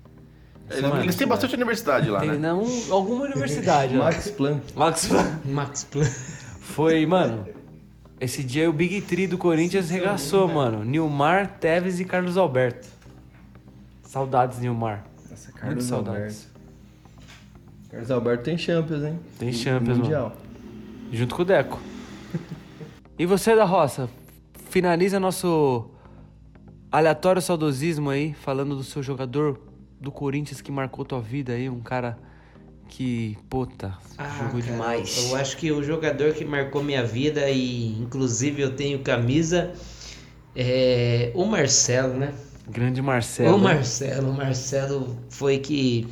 S2: Eles, eles têm bastante universidade lá,
S1: Tem,
S2: né?
S1: não, alguma universidade. lá.
S3: Max Planck.
S1: Max Planck.
S4: Max Plan.
S1: Foi, mano. Esse dia o Big Tree do Corinthians regaçou, mano. Nilmar, Tevez e Carlos Alberto. Saudades, Nilmar.
S3: Nossa,
S1: Muito
S3: Carlos Alberto.
S1: saudades.
S3: Carlos Alberto tem Champions, hein?
S1: Tem
S3: E
S1: Champions,
S3: Mundial.
S1: Junto com o Deco. e você da roça, finaliza nosso aleatório saudosismo aí, falando do seu jogador do Corinthians que marcou tua vida aí, um cara que, puta, jogou demais.
S4: Ah, Eu acho que o jogador que marcou minha vida e inclusive eu tenho camisa é o Marcelo, né?
S1: Grande Marcelo. né?
S4: O Marcelo, o Marcelo foi que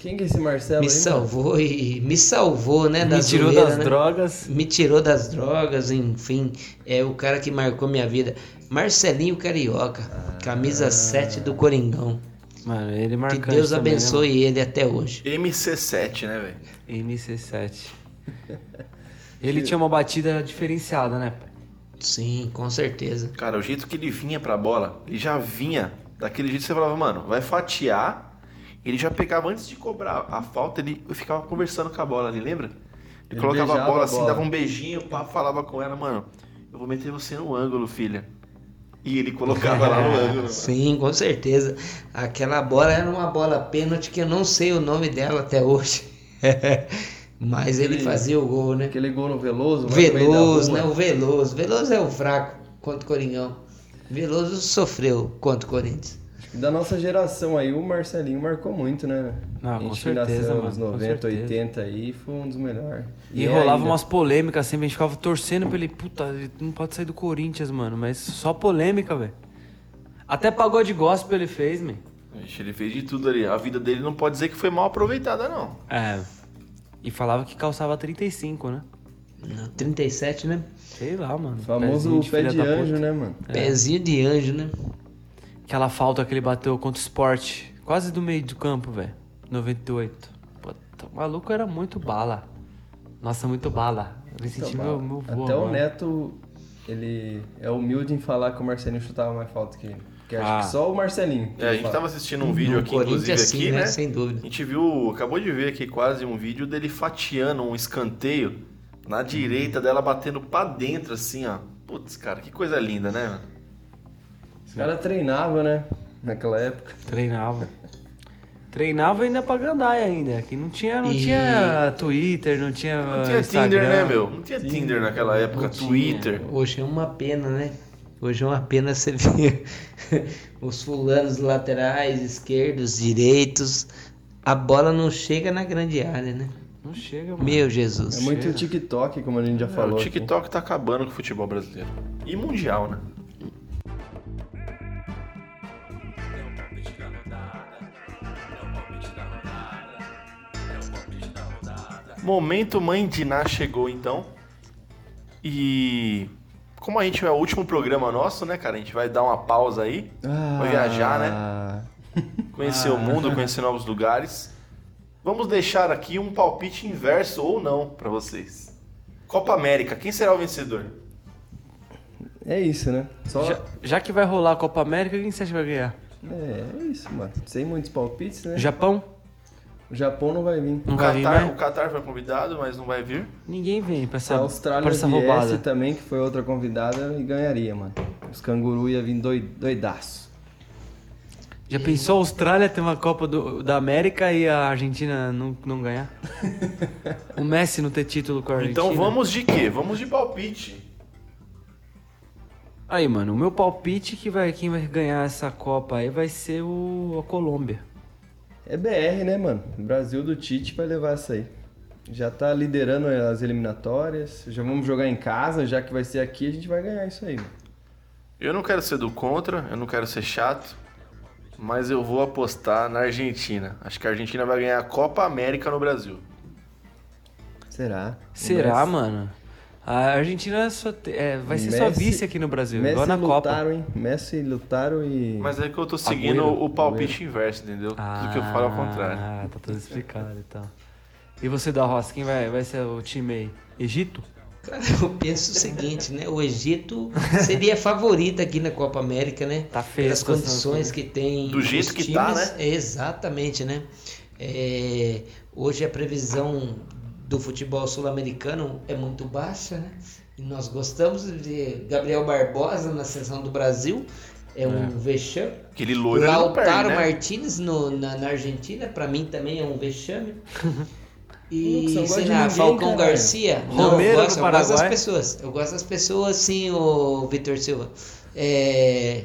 S3: Quem que é esse Marcelo
S4: me
S3: aí?
S4: salvou e me salvou, né?
S1: Tá me
S4: da
S1: tirou
S4: zoeira,
S1: das
S4: né?
S1: drogas.
S4: Me tirou das drogas, enfim. É o cara que marcou minha vida. Marcelinho Carioca,
S1: Ah.
S4: camisa 7 do Coringão.
S1: Mano, ele né,
S4: Que
S1: marcou.
S4: Deus
S3: né,
S4: abençoe ele até hoje.
S2: MC7, né, velho?
S1: MC7. ele tinha uma batida diferenciada, né? pai?
S4: Sim, com certeza.
S2: Cara, o jeito que ele vinha pra bola, ele já vinha daquele jeito que você falava, mano, vai fatiar. Ele já pegava antes de cobrar a falta, ele ficava conversando com a bola ali, lembra? Ele,
S3: Ele
S2: colocava a
S3: beijava
S2: bola
S3: a
S2: assim,
S3: bola.
S2: dava um beijinho, pá, falava com ela, mano, eu vou meter você no ângulo, filha. E ele colocava lá no ângulo.
S4: Sim, com certeza. Aquela bola era uma bola pênalti que eu não sei o nome dela até hoje. Mas ele
S3: Aquele-
S4: fazia o gol, né?
S3: Aquele gol no Veloso. vai no meio da
S4: Veloso,
S3: rua.
S4: né? O Veloso. Veloso é o fraco contra o Coringão. Veloso sofreu contra o Corinthians.
S3: Da nossa geração aí, o Marcelinho marcou muito, né?
S1: Ah,
S3: A
S1: com
S3: gente que nasceu
S1: certeza,
S3: nos
S1: mano, com
S3: 90,
S1: certeza.
S3: 80 aí, foi um dos melhores.
S1: E
S3: é
S1: rolava
S3: ainda.
S1: umas polêmicas sempre, a gente ficava torcendo pra ele, puta, ele não pode sair do Corinthians, mano, mas só polêmica, velho. Até pagode gospel ele fez, man.
S2: Ixi, ele fez de tudo ali. A vida dele não pode dizer que foi mal aproveitada, não.
S1: É. E falava que calçava 35, né?
S4: Não, 37, né?
S1: Sei lá, mano.
S3: O Famoso
S1: pezinho de
S3: pé
S1: filha
S3: de
S1: da puta.
S3: anjo, né, mano?
S4: Pezinho de anjo, né?
S1: Aquela falta que ele bateu contra o Sport, quase do meio do campo, velho. 98. Puta, tá, o maluco era muito bala. Nossa, muito bala. Eu me senti meu, meu vô
S3: Até o
S1: agora.
S3: Neto, ele é humilde em falar que o Marcelinho chutava mais falta que ele. Porque
S1: Ah.
S3: acho que só o Marcelinho. que
S2: É, a
S3: ele
S2: gente
S3: fala.
S2: tava assistindo um vídeo
S4: No
S2: aqui,
S4: Corinthians,
S2: inclusive,
S4: sim,
S2: aqui,
S4: né?
S2: né?
S4: Sem dúvida.
S2: A gente viu, acabou de ver aqui quase um vídeo dele fatiando um escanteio na direita dela batendo pra dentro, assim, ó. Putz, cara, que coisa linda, né? mano?
S3: Os caras treinavam, né? Naquela época.
S1: Treinava. Treinava ainda pra gandaia ainda. Que não tinha, não
S4: E-
S1: tinha Twitter, não tinha.
S2: Não tinha
S1: Ah, Instagram.
S2: Tinder, né, meu? Não tinha Tinder naquela época,
S4: tinha.
S2: Twitter.
S4: Hoje é uma pena, né? Hoje é uma pena você ver os fulanos laterais, esquerdos, direitos. A bola não chega na grande área, né?
S1: Não chega, mano.
S4: Meu
S3: É
S4: Jesus.
S3: muito
S1: Cheira.
S3: TikTok, como a gente já
S2: É,
S3: falou.
S2: o
S3: aqui.
S2: TikTok tá acabando com o futebol brasileiro. E mundial, né? Momento Mãe de Ná chegou então. E como a gente é o último programa nosso, né, cara? A gente vai dar uma pausa aí,
S3: Ah,
S2: Vai viajar, né? conhecer o mundo, conhecer novos lugares. Vamos deixar aqui um palpite inverso ou não pra vocês. Copa América, quem será o vencedor?
S3: É isso, né? Só...
S1: Já, já que vai rolar a Copa América, quem você acha que vai ganhar?
S3: É, é isso, mano. Sem muitos palpites, né?
S1: Japão?
S3: O Japão não vai vir.
S1: Não
S2: o,
S1: vai vir,
S2: Qatar,
S1: né?
S2: o Qatar foi convidado, mas não vai vir.
S1: Ninguém vem pra
S3: Se
S1: essa,
S3: a Austrália
S1: pra essa
S3: viesse
S1: roubada.
S2: tá-
S3: também, que foi outra convidada, e ganharia, mano. Os canguru ia vir doi- doidaço.
S1: Já pensou a Austrália ter uma Copa do- da América e a Argentina não, não ganhar? o Messi não ter título com a Argentina?
S2: Então vamos de quê? Vamos de palpite.
S1: Aí, mano, o meu palpite é que vai, quem vai ganhar essa Copa aí vai ser o, a Colômbia.
S3: É BR, né, mano? O Brasil do Tite vai levar essa aí. Já tá liderando as eliminatórias, já vamos jogar em casa, já que vai ser aqui, a gente vai ganhar isso aí, mano.
S2: Eu não quero ser do contra, eu não quero ser chato, mas eu vou apostar na Argentina. Acho que a Argentina vai ganhar a Copa América no Brasil.
S3: Será?
S1: Será,
S3: O Messi-
S1: mano? A Argentina só te- é, vai ser só
S3: Messi-
S1: vice aqui no Brasil,
S3: Messi
S1: igual na Copa.
S3: lutaram, hein? Messi lutaram e.
S2: Mas é que eu tô seguindo
S3: Agüero,
S2: o palpite inverso, entendeu? Tudo que eu falo é ao contrário.
S1: Ah, tá tudo explicado e tal. E você, da Roça, quem vai, vai ser o time aí? Egito?
S4: Cara, eu penso o seguinte, né? O Egito seria favorito aqui na Copa América, né?
S1: Tá feio
S4: Pelas
S1: a situação,
S4: condições que tem.
S2: Do jeito
S4: os
S2: que tá,
S4: times. Exatamente, né? É, hoje a previsão do futebol sul-americano é muito baixa, né? E nós gostamos de Gabriel Barbosa na seleção do Brasil. É um vexame.
S3: Ah.
S2: Aquele loiro ele não perde,
S4: Lautaro
S2: né?
S4: Martinez no- na, na Argentina, pra mim também é um vexame.
S3: Não, que você
S4: E
S3: não
S4: sei
S3: gosta de
S4: lá,
S3: ninguém,
S4: Falcão
S3: caralho.
S4: Garcia.
S1: Romero
S4: não,
S1: no
S4: eu gosto, eu gosto das
S1: Paraguai.
S4: pessoas. Eu gosto das pessoas sim, o Vitor Silva. É,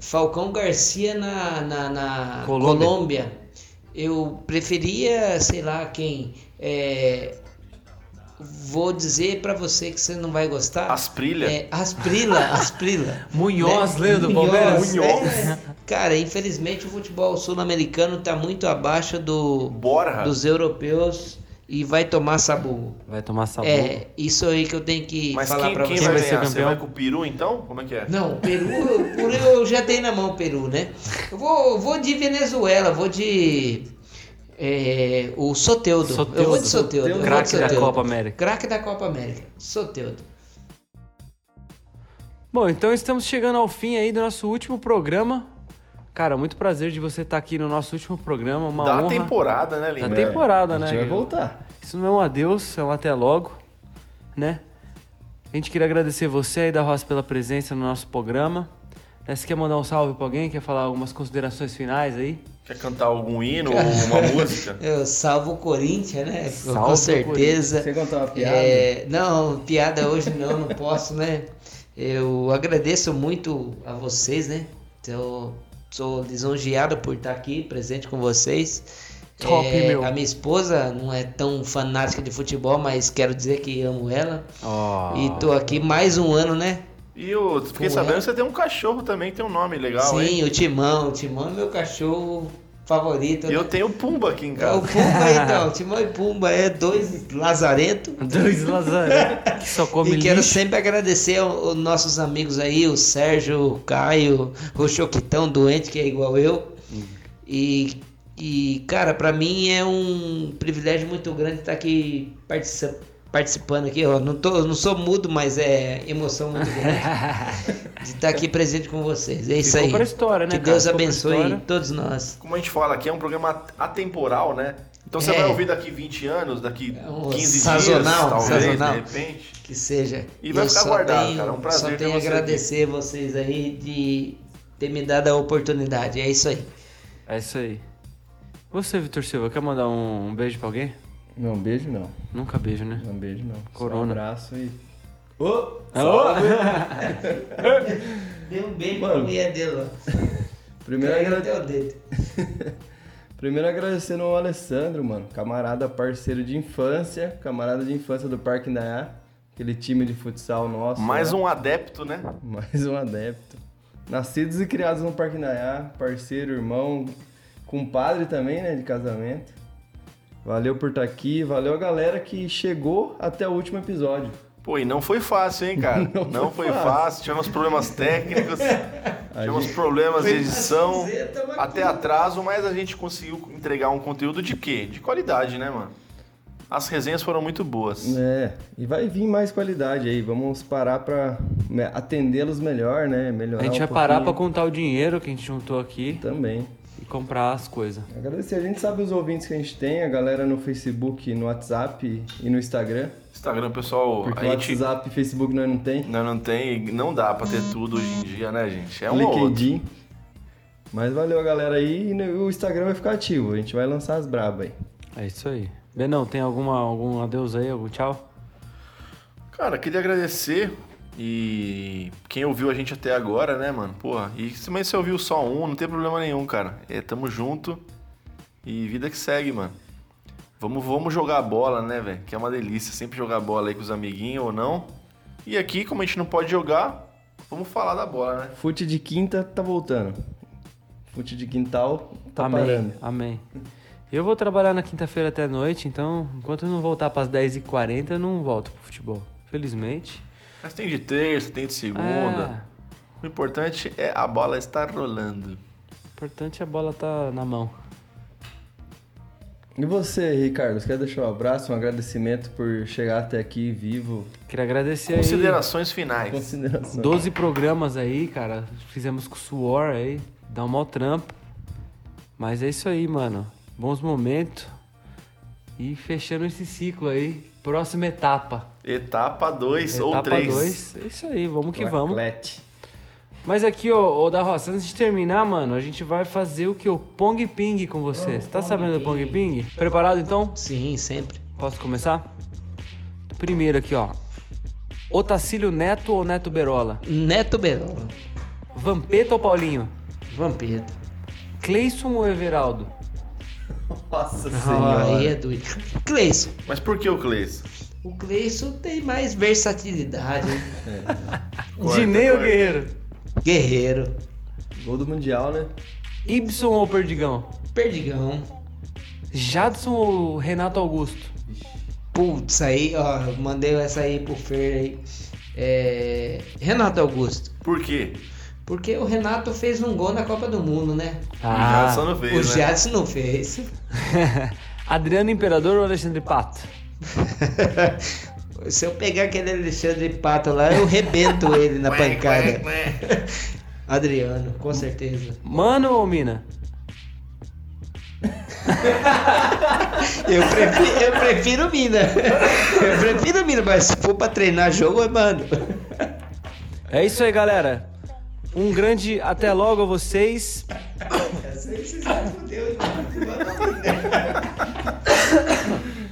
S4: Falcão Garcia na, na, na
S1: Colômbia.
S4: Colômbia. Eu preferia, sei lá, quem. é, vou dizer pra você que você não vai gostar.
S2: Asprilha.
S4: É, Asprila, Asprila.
S1: Munhoz,
S4: né?
S1: lembra do Palmeiras?
S4: Munhoz, né? Cara, infelizmente o futebol sul-americano tá muito abaixo do,
S2: Borra.
S4: dos europeus e vai tomar sabugo.
S1: Vai tomar sabor.
S4: É, isso aí que eu tenho que
S2: Mas
S4: falar
S2: quem,
S4: pra
S2: quem
S4: você.
S2: vai
S1: Quem vai
S2: ganhar?
S1: ser
S2: Você
S1: campeão?
S2: vai com o Peru, então? Como é que é?
S4: Não, Peru, eu- Peru eu já tenho na mão o Peru, né? Eu vou, vou de Venezuela, vou de. é, o Soteudo. Eu vou
S1: Soteudo.
S4: de Soteudo. eu vou de
S1: Craque da
S4: Soteudo.
S1: Copa América.
S4: Craque da Copa América. Soteudo.
S1: Bom, então estamos chegando ao fim aí do nosso último programa. Cara, muito prazer de você estar aqui no nosso último programa. Uma
S2: da
S1: honra.
S2: temporada, né,
S1: Da
S2: Lima?
S1: temporada,
S3: É, a gente
S1: né?
S3: vai
S1: Guilherme?
S3: voltar.
S1: Isso não é um adeus, é um até logo, né? A gente queria agradecer você aí da Roça pela presença no nosso programa. Né, Você quer mandar um salve pra alguém? Quer falar algumas considerações finais aí?
S2: É. Quer cantar algum hino ou uma música?
S4: Eu salvo o Corinthians, né?
S1: Salve
S4: Com
S1: o
S4: certeza.
S3: Você contar uma piada?
S4: É, não, piada hoje não, não posso, né? Eu agradeço muito a vocês, né? Eu sou lisonjeado por estar aqui presente com vocês.
S1: Top,
S4: É,
S1: meu.
S4: A minha esposa não é tão fanática de futebol, mas quero dizer que amo ela.
S2: Ah,
S1: Ó.
S4: E tô aqui mais um ano, né?
S2: E eu fiquei
S4: Como
S2: sabendo
S4: é?
S2: que você tem um cachorro também, que tem um nome legal, hein?
S4: Sim, o Timão. O Timão é meu cachorro favorito.
S2: E eu tenho Pumba aqui em
S4: É o
S2: casa.
S4: Pumba, então. Timão e Pumba é dois lazarento.
S1: Dois lazaretos que só come
S4: e quero
S1: lixo.
S4: sempre agradecer ao- aos nossos amigos aí, o Sérgio, o Caio, o Choquitão doente, que é igual eu. E, e cara, pra mim é um privilégio muito grande estar aqui partici- participando aqui. Eu não, tô, eu não sou mudo, mas é emoção muito grande de estar aqui presente com vocês. É isso
S1: Ficou
S4: aí.
S1: pra história, né,
S4: que
S1: cara?
S4: Deus
S1: Ficou pra
S4: abençoe
S1: história.
S4: todos nós.
S2: Como a gente fala aqui, é um programa atemporal, né? Então você
S4: É.
S2: vai ouvir daqui 20 anos, daqui
S4: É um
S2: 15
S4: sazonal,
S2: dias, talvez,
S4: sazonal.
S2: de repente.
S4: Que seja.
S2: E vai
S4: Eu
S2: ficar
S4: só
S2: guardado,
S4: tenho-
S2: cara. É um prazer
S4: Só
S2: ter
S4: tenho a
S2: você
S4: agradecer vocês aí de ter me dado a oportunidade. É isso aí.
S1: É isso aí. Você, Vitor Silva, quer mandar um, um beijo pra alguém?
S3: Não, um beijo não.
S1: Nunca beijo, né?
S3: Não, um beijo não. Só
S1: Corona.
S3: Um abraço e. Ô!
S4: Deu um beijo
S3: Mano.
S4: pra mulher dele, ó.
S3: Primeiro,
S4: Caiu
S3: agra-
S4: até o dedo.
S3: Primeiro agradecendo ao Alessandro, mano. Camarada, parceiro de infância. Camarada de infância do Parque Indaiá. Aquele time de futsal nosso.
S2: Mais
S3: lá.
S2: um adepto, né?
S3: Mais um adepto. Nascidos e criados no Parque Indaiá. Parceiro, irmão. Compadre também, né? De casamento. Valeu por estar aqui. Valeu a galera que chegou até o último episódio.
S2: Pô, e não foi fácil, hein, cara? Não, foi fácil. Tivemos problemas técnicos, tivemos problemas de edição,
S4: Mas dizer, tamo aqui.
S2: até atraso, mas a gente conseguiu entregar um conteúdo de quê? De qualidade, né, mano? As resenhas foram muito boas.
S3: É, e vai vir mais qualidade aí. Vamos parar pra me- atendê-los melhor, né? Melhorar
S1: A gente
S3: um
S1: vai parar pra
S3: pouquinho
S1: contar o dinheiro que a gente juntou aqui
S3: Também.
S1: e comprar as coisas.
S3: Agradecer. A gente sabe os ouvintes que a gente tem, a galera no Facebook, no WhatsApp e no Instagram.
S2: Instagram, pessoal,
S3: Porque
S2: a gente
S3: WhatsApp e Facebook nós não tem.
S2: não, não tem, não dá pra ter tudo hoje em dia, né, gente? É um ou outro.
S3: LinkedIn. Mas valeu a galera aí e no- o Instagram vai ficar ativo. A gente vai lançar as braba aí.
S1: É isso aí. Benão, tem alguma, algum adeus aí, algum tchau?
S2: Cara, queria agradecer e quem ouviu a gente até agora, né, mano? Porra, e se mas você ouviu só um, não tem problema nenhum, cara. É, tamo junto e vida que segue, mano. Vamos, vamos jogar bola, né, velho? Que é uma delícia sempre jogar bola aí com os amiguinhos ou não. E aqui, como a gente não pode jogar, vamos falar da bola, né?
S3: Fute de quinta tá voltando. Fute de quintal tá
S1: amém.
S3: parando.
S1: Amém. Eu vou trabalhar na quinta-feira até a noite, então enquanto eu não voltar pras 10h40, eu não volto pro futebol. Felizmente.
S2: Mas tem de terça, tem de segunda.
S1: É,
S2: O importante é a bola estar rolando.
S1: o importante é a bola tá na mão.
S3: E você, Ricardo, quer deixar um abraço, um agradecimento por chegar até aqui vivo?
S1: Queria agradecer aí.
S2: Considerações finais.
S3: Consideração.
S1: 12 programas aí, cara. Fizemos com suor aí. Dá um mau trampo. Mas é isso aí, mano. Bons momentos. E fechando esse ciclo aí. Próxima etapa.
S2: Etapa 2 ou
S1: etapa
S2: 3.
S1: 2. É isso aí, vamos que vamos.
S3: Laclete.
S1: Mas aqui, ô, ô da Roça, antes de terminar, mano, a gente vai fazer o que? O Pong Ping com você. Você tá sabendo do Pong Ping? Preparado então?
S4: Sim, sempre.
S1: Posso começar? Primeiro aqui, ó. Otacílio Neto ou Neto Berola?
S4: Neto Berola,
S1: Vampeta ou Paulinho?
S4: Vampeta.
S1: Cleison ou Everaldo?
S3: Nossa
S4: Ah,
S3: senhora.
S4: aí é doido. Cleison.
S2: Mas por que o Cleis?
S4: O Cleison tem mais versatilidade. né?
S2: Corta,
S1: Dinei ou
S2: corta.
S1: Guerreiro?
S4: Guerreiro.
S1: é
S3: Gol do Mundial, né?
S1: Ibson ou Perdigão?
S4: Perdigão.
S1: Jadson ou Renato Augusto?
S4: Putz, aí, ó, eu mandei essa aí pro Fer aí. É, Renato Augusto.
S2: Por quê?
S4: Porque o Renato fez um gol na Copa do Mundo, né?
S2: Ah, Jadson não
S4: o
S2: fez, né?
S4: Jadson não fez.
S1: Ah. Adriano Imperador ou Alexandre Pato?
S4: Se eu pegar aquele Alexandre Pato lá, eu rebento ele na pancada. Adriano, com certeza.
S1: Mano ou Mina?
S4: Eu prefiro, eu prefiro Mina. Eu prefiro Mina, mas se for pra treinar jogo, é mano.
S1: É isso aí, galera. Um grande até logo a vocês.
S4: Essa aí você sabe, fudeu,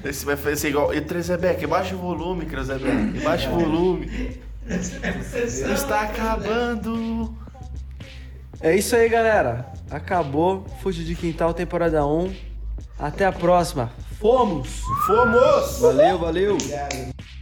S2: Esse vai fazer igual. E Trezebeck, baixa o volume, Trezebeck. Baixa o volume. Está acabando.
S1: É isso aí, galera. Acabou. Fujo de Quintal, temporada 1. Até a próxima. Fomos!
S2: Fomos!
S3: Valeu, valeu!
S4: Obrigado.